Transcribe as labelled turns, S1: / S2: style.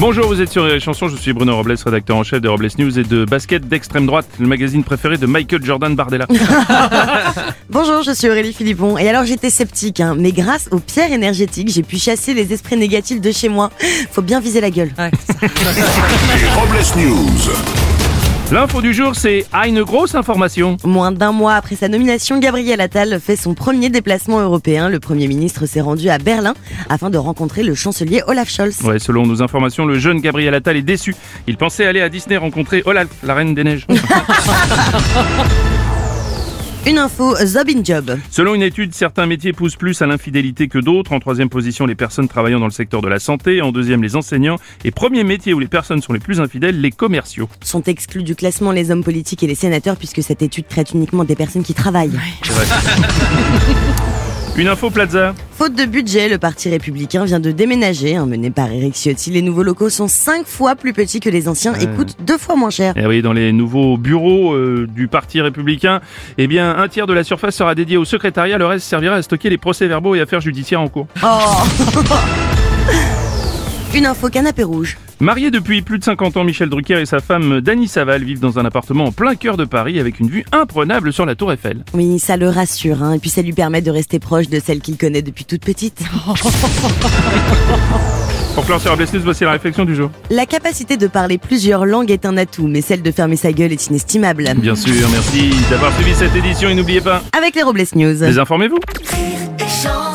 S1: Bonjour, vous êtes sur les chansons, je suis Bruno Robles, rédacteur en chef de Robles News et de Basket d'extrême droite, le magazine préféré de Michael Jordan Bardella.
S2: Bonjour, je suis Aurélie Philippon. Et alors j'étais sceptique, hein, mais grâce aux pierres énergétiques, j'ai pu chasser les esprits négatifs de chez moi. Faut bien viser la gueule.
S3: Les Robles News.
S1: L'info du jour, c'est Ah, une grosse information
S2: Moins d'un mois après sa nomination, Gabriel Attal fait son premier déplacement européen. Le Premier ministre s'est rendu à Berlin afin de rencontrer le chancelier Olaf Scholz.
S1: Ouais, selon nos informations, le jeune Gabriel Attal est déçu. Il pensait aller à Disney rencontrer Olaf, la reine des neiges.
S2: Une info, Zobin Job.
S1: selon une étude, certains métiers poussent plus à l'infidélité que d'autres. En troisième position, les personnes travaillant dans le secteur de la santé. En deuxième, les enseignants. Et premier métier où les personnes sont les plus infidèles, les commerciaux.
S2: Sont exclus du classement les hommes politiques et les sénateurs puisque cette étude traite uniquement des personnes qui travaillent.
S1: Une info plaza
S2: Faute de budget, le Parti républicain vient de déménager. hein, mené par Eric Ciotti, les nouveaux locaux sont cinq fois plus petits que les anciens et coûtent deux fois moins cher.
S1: Eh oui, dans les nouveaux bureaux euh, du Parti républicain, eh bien, un tiers de la surface sera dédié au secrétariat, le reste servira à stocker les procès-verbaux et affaires judiciaires en cours.
S2: Une info canapé rouge.
S1: Mariés depuis plus de 50 ans, Michel Drucker et sa femme Dany Saval vivent dans un appartement en plein cœur de Paris avec une vue imprenable sur la Tour Eiffel.
S2: Oui, ça le rassure, hein, et puis ça lui permet de rester proche de celle qu'il connaît depuis toute petite.
S1: Pour clore sur Robles News, voici la réflexion du jour.
S2: La capacité de parler plusieurs langues est un atout, mais celle de fermer sa gueule est inestimable.
S1: Bien sûr, merci d'avoir suivi cette édition et n'oubliez pas,
S2: Avec les Robles News.
S1: désinformez-vous.
S4: rire et chanson.